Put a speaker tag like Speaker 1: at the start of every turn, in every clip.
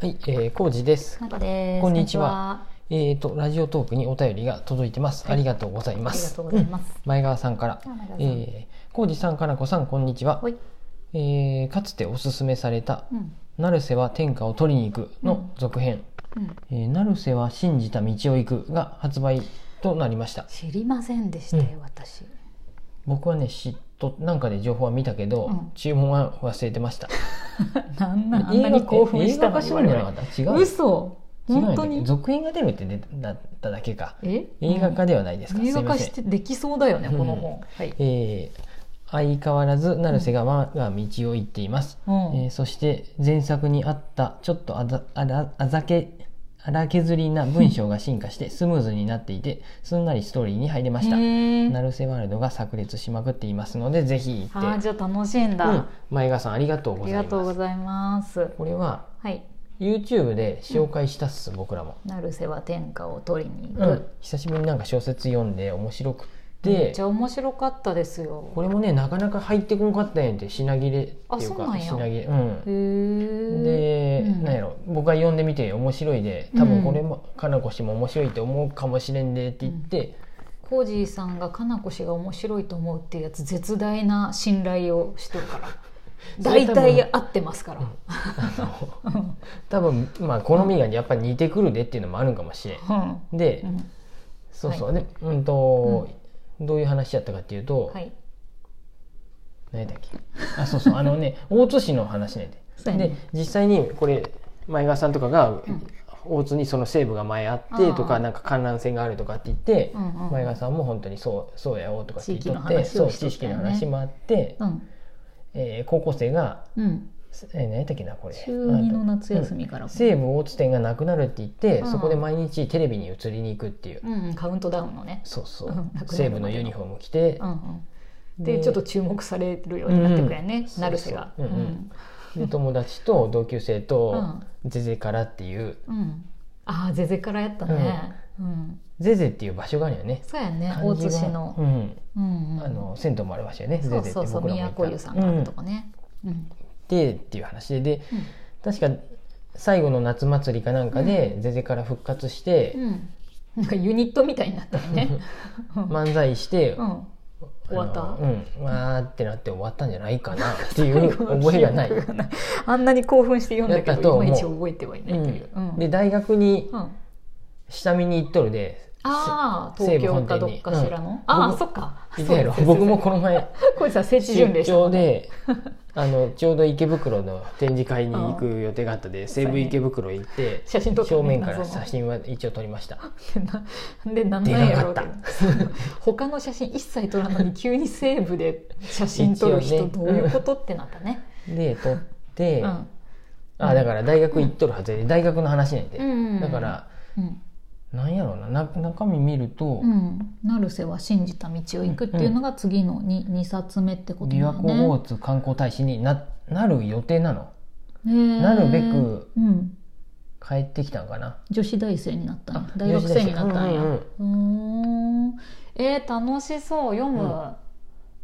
Speaker 1: はい、えー、康二です。
Speaker 2: なこです。
Speaker 1: こんにちは。えっ、と、ラジオトークにお便りが届いてます。
Speaker 2: はい
Speaker 1: ありがとうござい
Speaker 2: こんに
Speaker 1: ま
Speaker 2: ちは。ありが
Speaker 1: す。
Speaker 2: とうございます。
Speaker 1: 前川さんから
Speaker 2: あ前川さ、ん
Speaker 1: えー、康二さん、かなこさん、こんにちは
Speaker 2: ほ。い。
Speaker 1: えー、かつておすすめされた、
Speaker 2: うん。
Speaker 1: 成瀬は天下を取りに行くの続編、
Speaker 2: うん。
Speaker 1: えー、成瀬は信じた道を行くが発売となりました。
Speaker 2: 知りませんでしたよ、
Speaker 1: う
Speaker 2: 私。
Speaker 1: 僕はね、嫉妬なんかで情報は見たけど、
Speaker 2: うん
Speaker 1: 注文は忘れてました。
Speaker 2: なんなん あんなに興奮した
Speaker 1: 映画
Speaker 2: の
Speaker 1: 化するんじゃ
Speaker 2: 我
Speaker 1: なか
Speaker 2: 々
Speaker 1: った違う。
Speaker 2: 嘘。
Speaker 1: 違うよね
Speaker 2: 本当に。
Speaker 1: 続編が出るって出ただっただけか。
Speaker 2: え？
Speaker 1: 映画化ではないですか。
Speaker 2: うん映画化
Speaker 1: すいません
Speaker 2: してできそうだよね、
Speaker 1: うん
Speaker 2: この本。はい。
Speaker 1: えー相変わらず成瀬が我が道を行っています、
Speaker 2: うん
Speaker 1: えーそして前作にあったちょっとあざあらあざけ荒削りな文章が進化 してスムーズになっていてすんなりストーリーに入れました
Speaker 2: へー
Speaker 1: 成瀬ワールドが炸裂しまくっていますのでぜひ
Speaker 2: あ
Speaker 1: 行っ
Speaker 2: ー
Speaker 1: て
Speaker 2: じゃあ楽しいんだ。
Speaker 1: うん前川さんありがとう
Speaker 2: あ
Speaker 1: ござ
Speaker 2: り
Speaker 1: いま
Speaker 2: が
Speaker 1: す
Speaker 2: とうございます。
Speaker 1: これは
Speaker 2: はい。
Speaker 1: YouTube で紹介したっす、僕らも、
Speaker 2: 成瀬は天下を取りに行
Speaker 1: う
Speaker 2: く
Speaker 1: ん。久しぶりになんか小説読んで面白く
Speaker 2: めってちゃ面白かったですよ。
Speaker 1: これもねなかなか入ってこんかったんやんって品切れって
Speaker 2: あ
Speaker 1: いう
Speaker 2: そう
Speaker 1: か
Speaker 2: なんや
Speaker 1: 品切れうん
Speaker 2: へー
Speaker 1: で、
Speaker 2: うん
Speaker 1: なんやろ僕が読んでみて面白いで多分これも、かなこ氏も面白いって思うかもしれんでって言って、
Speaker 2: コージーさんがかなこ氏が面白いと思うっていうやつ絶大な信頼をしてる から
Speaker 1: それ
Speaker 2: 大
Speaker 1: 多分
Speaker 2: 体合ってますから、
Speaker 1: あの多分まあ好みがやっぱ似てくるでっていうのもあるんかもしれん。
Speaker 2: うん
Speaker 1: で、
Speaker 2: うん
Speaker 1: そうそう、でうんと、どういう話やったかっていうと、
Speaker 2: はい
Speaker 1: 何だっけあそうそうあの ね大津市の話ね
Speaker 2: そう
Speaker 1: で
Speaker 2: やね
Speaker 1: で実際にこれ前川さんとかが、
Speaker 2: ん
Speaker 1: 大津にその西部が前あってと
Speaker 2: あ
Speaker 1: か
Speaker 2: ー
Speaker 1: なんか観覧船があるとかって言って、
Speaker 2: うんうんうん
Speaker 1: 前川さんも本当にそうそうやよとかって言っとっ
Speaker 2: 地域の
Speaker 1: て
Speaker 2: 話を
Speaker 1: そう
Speaker 2: しと
Speaker 1: 知
Speaker 2: ったよね
Speaker 1: 識の話もあって、
Speaker 2: うん、
Speaker 1: えー高校生が、
Speaker 2: うん、
Speaker 1: えー何やったっけなこれ
Speaker 2: 中2の夏休みか
Speaker 1: う
Speaker 2: ら
Speaker 1: ん西部大津店がなくなるって言って、
Speaker 2: うん
Speaker 1: そこで毎日テレビに移りに行くっていう、
Speaker 2: うん、うん、カウントダウンのね、
Speaker 1: そうそう、
Speaker 2: うんなくなるまで
Speaker 1: 西部のユニフォーム着て
Speaker 2: う、んうん、
Speaker 1: で
Speaker 2: でちょっと注目されるようになってくるよね、
Speaker 1: うん
Speaker 2: 成瀬が
Speaker 1: そうそううんで友達と同級生とゼゼからっていう
Speaker 2: うんうんああゼゼからやったね、うん
Speaker 1: ゼゼっていう場所があるよね。
Speaker 2: そうやね
Speaker 1: 漢
Speaker 2: 大
Speaker 1: 字が
Speaker 2: 津市の,、
Speaker 1: うん
Speaker 2: うんうん、
Speaker 1: あの銭湯もありましたよね。ゼゼっ
Speaker 2: そう
Speaker 1: て
Speaker 2: そうそう
Speaker 1: 僕らも行った
Speaker 2: 都湯さんがあると
Speaker 1: うん
Speaker 2: こね、うん
Speaker 1: でっていう話でで
Speaker 2: うん
Speaker 1: 確か最後の夏祭りかなんかでゼゼから復活して
Speaker 2: うん、なんかユニットみたいになったよ ね。うん
Speaker 1: 漫才して
Speaker 2: う
Speaker 1: あ
Speaker 2: ん、終わ
Speaker 1: の
Speaker 2: った
Speaker 1: うんわーってなって終わったんじゃないかなって いう覚えがない。
Speaker 2: 記憶があんなに興奮して読んだ
Speaker 1: やっ
Speaker 2: け
Speaker 1: たと
Speaker 2: ど、
Speaker 1: 思
Speaker 2: い
Speaker 1: う
Speaker 2: まいち覚えてはいないという。
Speaker 1: う
Speaker 2: うん
Speaker 1: んで大学に
Speaker 2: うん
Speaker 1: 下見に行っとるで。
Speaker 2: ああ、
Speaker 1: 西
Speaker 2: 東
Speaker 1: 武
Speaker 2: 京
Speaker 1: 本
Speaker 2: か
Speaker 1: 店
Speaker 2: ど
Speaker 1: に
Speaker 2: っかしらの。
Speaker 1: うん
Speaker 2: あ
Speaker 1: 僕
Speaker 2: あ、そっか。
Speaker 1: いたやろ
Speaker 2: そうです
Speaker 1: 僕も。この前
Speaker 2: こいつは聖地巡礼
Speaker 1: 出
Speaker 2: したも
Speaker 1: 張
Speaker 2: んね。
Speaker 1: で あのちょうど池袋の展示会に行く予定があった で西武池袋行って
Speaker 2: 写真撮ったね
Speaker 1: 正面から
Speaker 2: 謎の
Speaker 1: 写真は一応撮りました
Speaker 2: なで、なんなんやろうけ
Speaker 1: 出
Speaker 2: ど
Speaker 1: な。
Speaker 2: 他の写真一切撮らないのに、急に西部で写真撮る
Speaker 1: 一応
Speaker 2: 人、
Speaker 1: ね
Speaker 2: どういうことってなったね。
Speaker 1: で撮って、
Speaker 2: うん。
Speaker 1: あだから大学行っとるはずで大学の話なんで、
Speaker 2: うん
Speaker 1: だから
Speaker 2: うん。
Speaker 1: なんやろうなな中身見ると、
Speaker 2: うん、成瀬は信じた道を行くっていうのが次の 2, 二冊目ってことだ
Speaker 1: 琵
Speaker 2: よ
Speaker 1: 琶
Speaker 2: ね。
Speaker 1: 湖大津観光大使にななる予定なのな
Speaker 2: な
Speaker 1: るべく、
Speaker 2: うん、
Speaker 1: 帰ってきたんかな
Speaker 2: 女子大生になったんや
Speaker 1: あ
Speaker 2: 大学生になったんや
Speaker 1: うんうん
Speaker 2: うーんえー、楽しそう読む、
Speaker 1: うん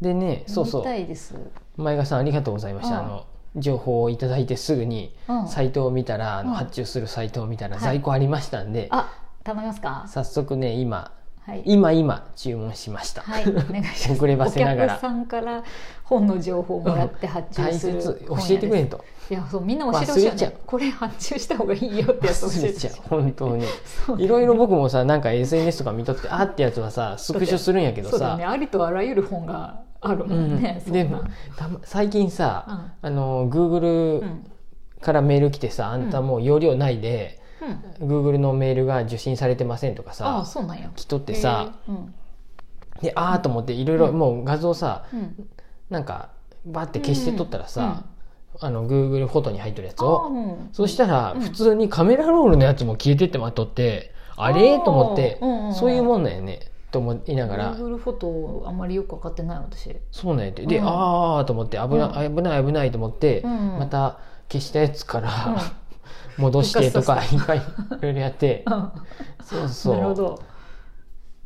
Speaker 1: でねそうそ
Speaker 2: 見た
Speaker 1: う
Speaker 2: いです、
Speaker 1: 前川さんありがとうございました、
Speaker 2: うん
Speaker 1: あの情報をいただいてすぐに
Speaker 2: うん、
Speaker 1: サイトを見たら、あの
Speaker 2: うん
Speaker 1: 発注するサイトを見たら
Speaker 2: はい
Speaker 1: 在庫ありましたんで、
Speaker 2: あ頼みますか
Speaker 1: 早速ね今
Speaker 2: はい、
Speaker 1: 今今注文しました、
Speaker 2: はい、お願いします
Speaker 1: 遅ればせながら
Speaker 2: お客さんから本の情報をもらって 発
Speaker 1: 大
Speaker 2: 注す
Speaker 1: 切
Speaker 2: る
Speaker 1: 教
Speaker 2: 本屋です
Speaker 1: えてくれんと
Speaker 2: いやそうみんな教えてほしいよ
Speaker 1: 忘れちゃう
Speaker 2: ねこれ発注した方がいいよってやつ
Speaker 1: 忘
Speaker 2: 教え
Speaker 1: れ
Speaker 2: て
Speaker 1: ちゃう
Speaker 2: ほし
Speaker 1: 本当に
Speaker 2: そうだね
Speaker 1: いろいろ僕もさなんか SNS とか見とってあってやつはさスクショするんやけ
Speaker 2: い
Speaker 1: ど
Speaker 2: そうだ
Speaker 1: さ
Speaker 2: よねありとあらゆる本があるもんね、
Speaker 1: うん、
Speaker 2: そんな
Speaker 1: でもたま最近さ、あの Google
Speaker 2: うん
Speaker 1: からメール来てさ、あんたもう容量ないで、
Speaker 2: うん、
Speaker 1: Google のメールが受信されてませんとか
Speaker 2: ああ
Speaker 1: さ
Speaker 2: そうなんや
Speaker 1: 来とってさ、
Speaker 2: へーうん
Speaker 1: であーと思っていろいろ
Speaker 2: うん
Speaker 1: もう画像さ、
Speaker 2: うん、
Speaker 1: なんかバって消して撮ったらさ、あの Google フォトに入ってるやつをそしたら
Speaker 2: うん
Speaker 1: 普通にカメラロールのやつも消えてってまっとって、あれ
Speaker 2: あー
Speaker 1: と思って、
Speaker 2: うんうんうん
Speaker 1: そういうもんなんやねと思いな
Speaker 2: だ
Speaker 1: がら
Speaker 2: Google フォトあんまりよく分かってない私、
Speaker 1: そうなんやてで、
Speaker 2: うん
Speaker 1: ああと思って危ない、危ない危ないと思って、
Speaker 2: うんうん
Speaker 1: また消したやつから、 戻し
Speaker 2: 復
Speaker 1: て
Speaker 2: 活
Speaker 1: と
Speaker 2: さ
Speaker 1: かいっぱいいろいろやって
Speaker 2: な
Speaker 1: そうそう
Speaker 2: るほど、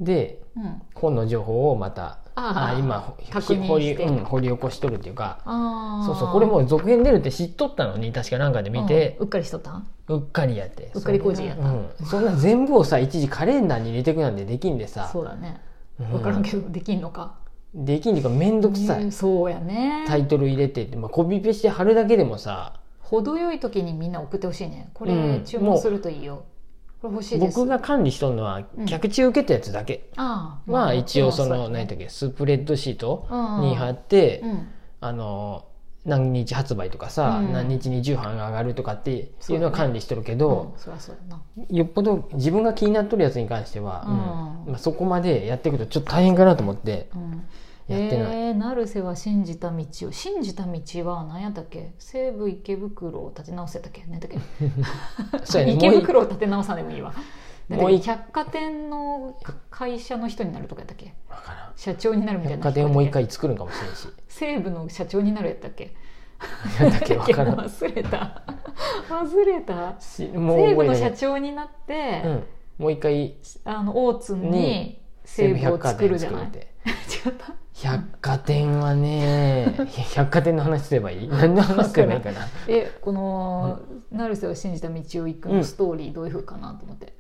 Speaker 1: で
Speaker 2: うん
Speaker 1: 本の情報をまた
Speaker 2: あ
Speaker 1: あ
Speaker 2: あ
Speaker 1: 今
Speaker 2: 確認
Speaker 1: 掘り,、
Speaker 2: して
Speaker 1: うん、掘り起こしとるっていうか
Speaker 2: ああ
Speaker 1: そうそうこれもう続編出るって知っとったのに確かなんかで見て
Speaker 2: う、っかりしとったん
Speaker 1: うっかりやって
Speaker 2: うっかり工事やった
Speaker 1: うん、そんな全部をさ一時カレンダーに入れていくなんてできんでさ
Speaker 2: そうだね
Speaker 1: うん
Speaker 2: 分からんけどできんのか
Speaker 1: できんっていうか面倒くさい、
Speaker 2: うんそうやね
Speaker 1: タイトル入れてって、まあ、コピペして貼るだけでもさ
Speaker 2: 程よい時にみんな送ってほしいねこ
Speaker 1: う
Speaker 2: れ
Speaker 1: ん
Speaker 2: 注文するといいよこれ欲しいです
Speaker 1: 僕が管理しとるのは
Speaker 2: うん
Speaker 1: 客中受けたやつだけ、
Speaker 2: ああ
Speaker 1: まあ
Speaker 2: も
Speaker 1: 一
Speaker 2: ちろ
Speaker 1: 応
Speaker 2: ん
Speaker 1: その
Speaker 2: う
Speaker 1: 何
Speaker 2: や
Speaker 1: やったっ
Speaker 2: ね
Speaker 1: けスプレッドシート
Speaker 2: うん
Speaker 1: に貼って、
Speaker 2: うん
Speaker 1: あの何日発売とかさ、
Speaker 2: うん
Speaker 1: 何日に重版が上がるとかっていうの
Speaker 2: そうだ
Speaker 1: は
Speaker 2: ね
Speaker 1: 管理してるけ
Speaker 2: うん
Speaker 1: ど、
Speaker 2: そりゃそうやな
Speaker 1: よっぽど自分が気になっとるやつに関しては、
Speaker 2: うん
Speaker 1: まあ、そこまでやっていくとちょっと大変かなと思って
Speaker 2: うん
Speaker 1: やってない、
Speaker 2: えー、成瀬は信じた道を信じた道は何やったっけ西武池袋を立て直せたっけ何やったっけ
Speaker 1: そう やね
Speaker 2: 池
Speaker 1: もう一
Speaker 2: 袋を立て直さでもいいわだ
Speaker 1: も
Speaker 2: っ
Speaker 1: う
Speaker 2: て
Speaker 1: 一
Speaker 2: 百貨店の会社の人になるとかやったっけ
Speaker 1: わからん
Speaker 2: 社長になるみたい
Speaker 1: 百
Speaker 2: な
Speaker 1: 貨店をもう一回作るんかもしれ んし
Speaker 2: 西武の社長になるやったっけ
Speaker 1: なんだっ けわからん
Speaker 2: 忘れた忘れた
Speaker 1: し
Speaker 2: 西武の
Speaker 1: 覚え
Speaker 2: 社
Speaker 1: て
Speaker 2: 長になって、
Speaker 1: ないうん、もう一回
Speaker 2: あの大津に西武を作るじゃない 違
Speaker 1: て
Speaker 2: った
Speaker 1: 百貨店はね 百貨店の話すれば いい何の話すればいいかな
Speaker 2: えこの「成瀬を信じた道を行く」
Speaker 1: う
Speaker 2: の
Speaker 1: ん
Speaker 2: ストーリーどういうふうかなと思って、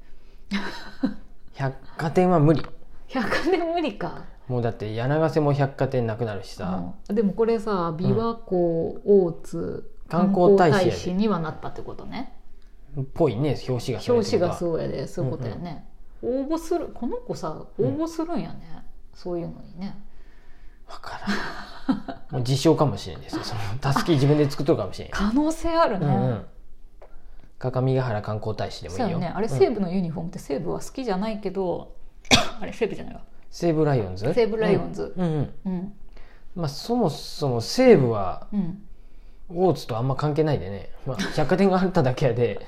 Speaker 1: 百貨店は無理
Speaker 2: 百貨店無理か
Speaker 1: もうだって柳瀬も百貨店なくなるしさ、
Speaker 2: うんでもこれさ琵琶湖大津
Speaker 1: 観光大使やで
Speaker 2: 観にはなったってことね
Speaker 1: っぽいね表紙がそれっ
Speaker 2: 表
Speaker 1: てこと
Speaker 2: 紙が
Speaker 1: は
Speaker 2: そうやでそういうことやね、応募するこの子さ応募するんやね、そういうのにね
Speaker 1: わからんもう自称かもしれんですよそのたすき自分で作っとるかもしれん
Speaker 2: 可能性ある
Speaker 1: う
Speaker 2: ね、
Speaker 1: んうん各務原観光大使でもいい
Speaker 2: そう
Speaker 1: よ
Speaker 2: やねあれ
Speaker 1: うん
Speaker 2: 西武のユニフォームって西武は好きじゃないけどあれ西武じゃないわ
Speaker 1: 西武ライオンズ
Speaker 2: 西武ライオンズ
Speaker 1: うん、うんうん
Speaker 2: うん
Speaker 1: まあそもそも西武は
Speaker 2: うん
Speaker 1: 大津とあんま関係ないでね、まあ、百貨店があっただけや で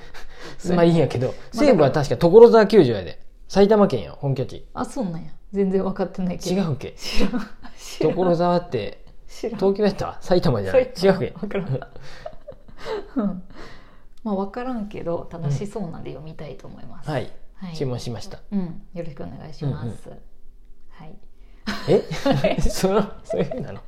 Speaker 1: まあいいんやけど西武は確か所沢球場やで埼玉県や本拠地
Speaker 2: あそうなんや全然分かってないけ
Speaker 1: 違
Speaker 2: ど
Speaker 1: うけ
Speaker 2: 知らん知らん
Speaker 1: 所沢って
Speaker 2: 知らん
Speaker 1: 東京やったわ埼玉じゃない違うけ
Speaker 2: 分からんうんまあ分からんけど楽しそうなんで読みたいと思います、
Speaker 1: はい
Speaker 2: はい
Speaker 1: 注文しました
Speaker 2: うん、よろしくお願いします、はい
Speaker 1: え そのそういうふうなの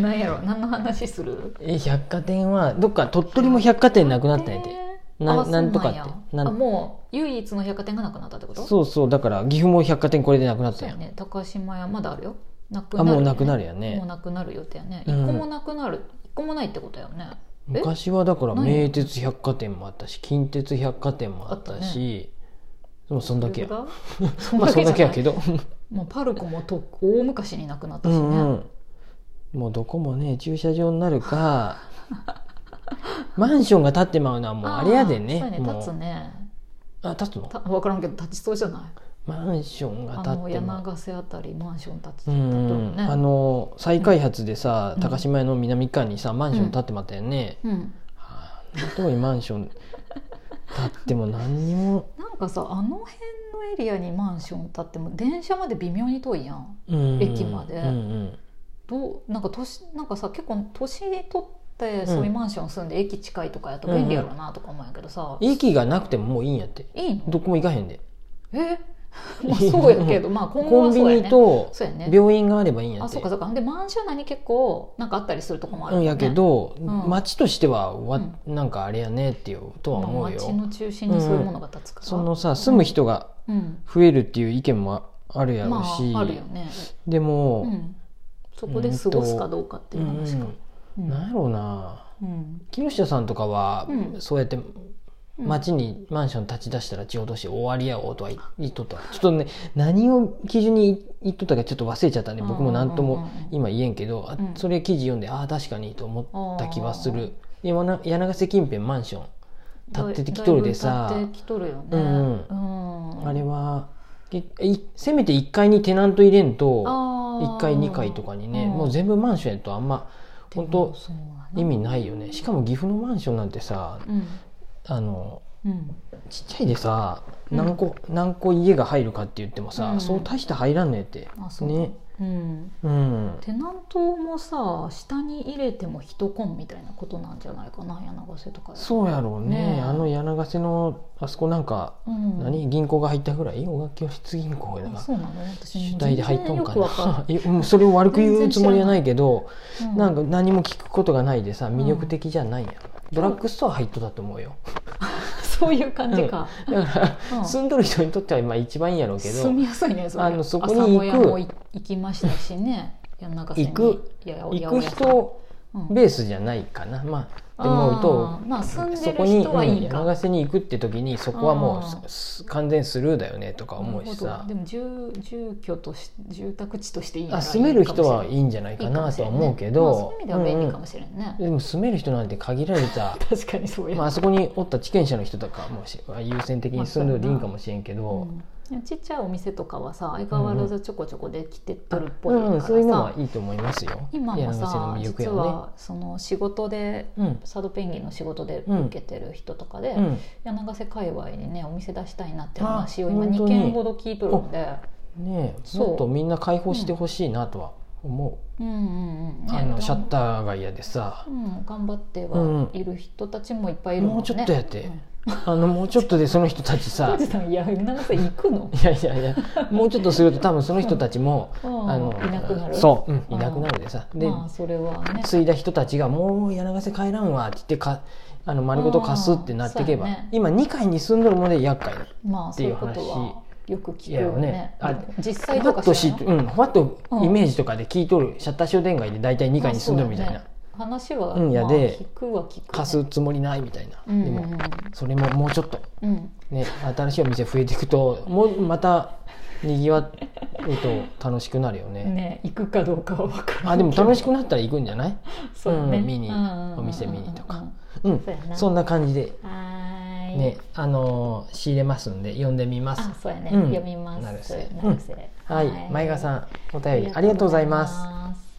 Speaker 2: なんやろ何の話する
Speaker 1: え百貨店はどっか鳥取も百貨店なくなったんやて
Speaker 2: えー
Speaker 1: な
Speaker 2: あそう
Speaker 1: なんとか
Speaker 2: や
Speaker 1: ってなん
Speaker 2: あもう唯一の百貨店がなくなったってこと
Speaker 1: そうそうだから岐阜も百貨店これでなくなっ
Speaker 2: そ
Speaker 1: た
Speaker 2: う
Speaker 1: や
Speaker 2: や
Speaker 1: ん
Speaker 2: ね高島屋まだあるよなくな
Speaker 1: あ
Speaker 2: るよね
Speaker 1: もうなくなるやね
Speaker 2: もうなくなる予定やね一
Speaker 1: うん
Speaker 2: 個もなくなる一個もないってことやよねえ
Speaker 1: 昔はだから
Speaker 2: ない
Speaker 1: 名鉄百貨店もあったし近鉄百貨店もあった
Speaker 2: あった
Speaker 1: しでもそんだけや
Speaker 2: どれぐらいそん
Speaker 1: まあ
Speaker 2: だ
Speaker 1: そ
Speaker 2: け
Speaker 1: ん
Speaker 2: じゃ
Speaker 1: だ
Speaker 2: な
Speaker 1: け
Speaker 2: い
Speaker 1: やけど
Speaker 2: もうパルコもと大昔になくなった
Speaker 1: う
Speaker 2: しね、
Speaker 1: んうんもうどこもね駐車場になるかマンションが建ってまうのはもうあれやでね
Speaker 2: あーそうやね
Speaker 1: もう
Speaker 2: 立つね
Speaker 1: あ立つの
Speaker 2: た分からんけど立ちそうじゃない
Speaker 1: マンションが
Speaker 2: あ
Speaker 1: 建
Speaker 2: の
Speaker 1: ってま
Speaker 2: 柳
Speaker 1: う
Speaker 2: ヶ瀬あたりマンション立
Speaker 1: う
Speaker 2: つ立っと
Speaker 1: ん
Speaker 2: るね
Speaker 1: あの再開発でさ、
Speaker 2: うん
Speaker 1: 高島屋の南側にさマンション建ってまったよね、
Speaker 2: うん
Speaker 1: あんなとこにマンション建っても何にも
Speaker 2: なんかさあの辺のエリアにマンション建っても電車まで微妙に遠いやん
Speaker 1: うん
Speaker 2: 駅まで
Speaker 1: うんうん
Speaker 2: どうなんか都市なんかさ結構年取ってそういうマンション住んで駅近いとかやと便利やろうなとか思うんやけどさ、
Speaker 1: 駅がなくてももういいんやって
Speaker 2: いいの
Speaker 1: どこも行かへんで
Speaker 2: え まあそうやけどまあ今後
Speaker 1: コ
Speaker 2: は
Speaker 1: ンビ
Speaker 2: そうや
Speaker 1: ニ
Speaker 2: ね
Speaker 1: と
Speaker 2: そうやね
Speaker 1: 病院があればいいんや
Speaker 2: あ
Speaker 1: って
Speaker 2: そうかそうかでマンション内に結構なんかあったりするとこもある
Speaker 1: う
Speaker 2: も
Speaker 1: ん
Speaker 2: んね
Speaker 1: やけど、
Speaker 2: ん
Speaker 1: 町としてはわ、なんかあれやねっていうとは思
Speaker 2: まあ
Speaker 1: うよ、
Speaker 2: 街の中心にそういうものが立つから、
Speaker 1: そのさ住む人が
Speaker 2: うん
Speaker 1: 増えるっていう意見もあるやろ
Speaker 2: ま
Speaker 1: うし、
Speaker 2: ああるよね、
Speaker 1: でも、
Speaker 2: うん、そこで過ごすかどうかっていう話か、う
Speaker 1: うんんなんやろうな
Speaker 2: うん
Speaker 1: 木下さんとかは、
Speaker 2: うん
Speaker 1: そうやって
Speaker 2: うん
Speaker 1: 町にマンション立ち出したら地方都市終わりやおうとは言っとったちょっとね何を基準に言っとったかちょっと忘れちゃったね僕も何と
Speaker 2: うんう
Speaker 1: も
Speaker 2: んうんうん
Speaker 1: 今言えんけど、あ
Speaker 2: うん
Speaker 1: それ記事読んでああ確かにと思った気はする今な柳瀬近辺マンション立ってきとるでさ
Speaker 2: だいぶ立ってきとるよね、
Speaker 1: うん
Speaker 2: うん
Speaker 1: あれはけいせめて1階にテナント入れんと1
Speaker 2: 1
Speaker 1: 階2階とかにね
Speaker 2: うん
Speaker 1: もう全部マンションやとあんま本当意味ないよねしかも岐阜のマンションなんてさ
Speaker 2: うん
Speaker 1: あの
Speaker 2: うん
Speaker 1: ちっちゃいでさ
Speaker 2: うん
Speaker 1: 何個,、何個家が入るかって言ってもさ、
Speaker 2: うん
Speaker 1: そう大して入らんねえって
Speaker 2: あそうだ
Speaker 1: ね
Speaker 2: うん、
Speaker 1: うん
Speaker 2: テナントもさ下に入れても一コンみたいなことなんじゃないかな柳瀬とか
Speaker 1: そうやろうね
Speaker 2: ねえ
Speaker 1: あの柳瀬のあそこなんか、
Speaker 2: う、うん、
Speaker 1: 何銀行が入ったぐらい小垣教室銀行や
Speaker 2: あ
Speaker 1: な
Speaker 2: そうなの私も
Speaker 1: 主体で入ったんか
Speaker 2: 全然よくわ
Speaker 1: ないやうんそれを悪く言うつもりはないけど
Speaker 2: んう
Speaker 1: なんか何も聞くことがないでさ
Speaker 2: ん
Speaker 1: 魅力的じゃないやん、ドラッグストア入っとったと思うよ
Speaker 2: そういう感じか、
Speaker 1: だから、
Speaker 2: うん
Speaker 1: 住んどる人にとっては今一番いいんやろうけ
Speaker 2: 住
Speaker 1: ど
Speaker 2: みやすいねそれ
Speaker 1: あのそこに行く
Speaker 2: 朝もやもい行きましたしね柳瀬に
Speaker 1: 行く
Speaker 2: いや八
Speaker 1: 行
Speaker 2: 百
Speaker 1: く
Speaker 2: 屋さん
Speaker 1: 人
Speaker 2: うん
Speaker 1: ベースじゃないかなまあでも
Speaker 2: あーまあ住ん
Speaker 1: と
Speaker 2: で
Speaker 1: そ
Speaker 2: る
Speaker 1: こに、
Speaker 2: 人
Speaker 1: う
Speaker 2: はい
Speaker 1: ん、
Speaker 2: いか、
Speaker 1: 柳瀬に行くって時にそこはも
Speaker 2: あー
Speaker 1: うす完全スルーだよねとか思うし
Speaker 2: なるほ
Speaker 1: さ
Speaker 2: どでも住住居とし住宅地としていいから
Speaker 1: あ住める人はい
Speaker 2: い
Speaker 1: いんじゃないかなとは思うけ
Speaker 2: いいか
Speaker 1: ど
Speaker 2: もしれんねまあそういう意味では便利か
Speaker 1: うん
Speaker 2: もしれんね、
Speaker 1: うんでも住める人なんて限られ た
Speaker 2: 確かにそうや、
Speaker 1: まあ、あそこにおった地権者の人とかもし優先的に住んでるいいんかもしれんけ
Speaker 2: う
Speaker 1: ど、
Speaker 2: んでもちっちゃいお店とかはさ相変わらずちょこちょこできてっとるっぽいから
Speaker 1: う
Speaker 2: さ、
Speaker 1: んうん、そういうのはいいと思いますよ
Speaker 2: 今
Speaker 1: 柳
Speaker 2: もさ
Speaker 1: 瀬の魅力
Speaker 2: 実
Speaker 1: やわ
Speaker 2: はその仕事で
Speaker 1: ね
Speaker 2: サードペンギンの仕事で
Speaker 1: うん
Speaker 2: 受けてる人とかで、
Speaker 1: うん、うん
Speaker 2: 柳瀬界隈にねお店出したいなって話を
Speaker 1: あ
Speaker 2: 今
Speaker 1: 本当に
Speaker 2: 2件ほど聞いとるんで、
Speaker 1: ねえ
Speaker 2: そう
Speaker 1: もっとみんな開放してほしいなとは思
Speaker 2: うんうんうん
Speaker 1: う、
Speaker 2: ね
Speaker 1: あのシャッ
Speaker 2: ー
Speaker 1: ターが嫌でさ
Speaker 2: う、ん、頑張って
Speaker 1: うん
Speaker 2: はいる人たちもいっぱいいるんね
Speaker 1: もうちょっとやって、
Speaker 2: うん
Speaker 1: あのもうちょっとでその人たち
Speaker 2: 浩
Speaker 1: さ
Speaker 2: 二さんいや柳瀬行くの
Speaker 1: いやいやいやもうちょっとすると多分その人たちも、
Speaker 2: うん
Speaker 1: あの
Speaker 2: いなくなる
Speaker 1: そう、うんいなくなるでさ、で、
Speaker 2: まあそれはね
Speaker 1: 継いだ人たちが「もう柳瀬帰らんわ」って言ってかあの丸ごと貸すってなっていけば、
Speaker 2: うんそうやね
Speaker 1: 今2階に住んどるもので厄介だ
Speaker 2: まあ
Speaker 1: っ
Speaker 2: そ
Speaker 1: て
Speaker 2: う
Speaker 1: い
Speaker 2: いううこ
Speaker 1: 話
Speaker 2: とはよく聞く
Speaker 1: いや
Speaker 2: よ
Speaker 1: ね
Speaker 2: ね
Speaker 1: あ
Speaker 2: 実際
Speaker 1: ふわ
Speaker 2: と
Speaker 1: っ
Speaker 2: か
Speaker 1: とし
Speaker 2: 知らん
Speaker 1: うんふわっと
Speaker 2: うん
Speaker 1: イメージとかで聞いとる、シャッター商店街で大体2階に住んどるみたいな、
Speaker 2: まあそうだね話は、
Speaker 1: うんや
Speaker 2: まあ
Speaker 1: で
Speaker 2: 聞くは聞く、
Speaker 1: 貸すつもりないみたいな、
Speaker 2: うんうん
Speaker 1: でもそれももうちょっと
Speaker 2: うん、うん
Speaker 1: ね新しいお店増えていくともうまたにぎわると楽しくなるよね
Speaker 2: ね行くかどうかは分からない
Speaker 1: あでも楽しくなったら行くんじゃない
Speaker 2: そうね
Speaker 1: うん見に
Speaker 2: うんうんうんうん
Speaker 1: お店見にとかうん
Speaker 2: そうやな
Speaker 1: そんな感じで
Speaker 2: はーい
Speaker 1: ねあのー仕入れますんで読んでみます
Speaker 2: あそうやね、
Speaker 1: うん
Speaker 2: 読みます
Speaker 1: なるせ
Speaker 2: なるせ
Speaker 1: はい前川
Speaker 2: ん
Speaker 1: さんお便りありがとうございます
Speaker 2: す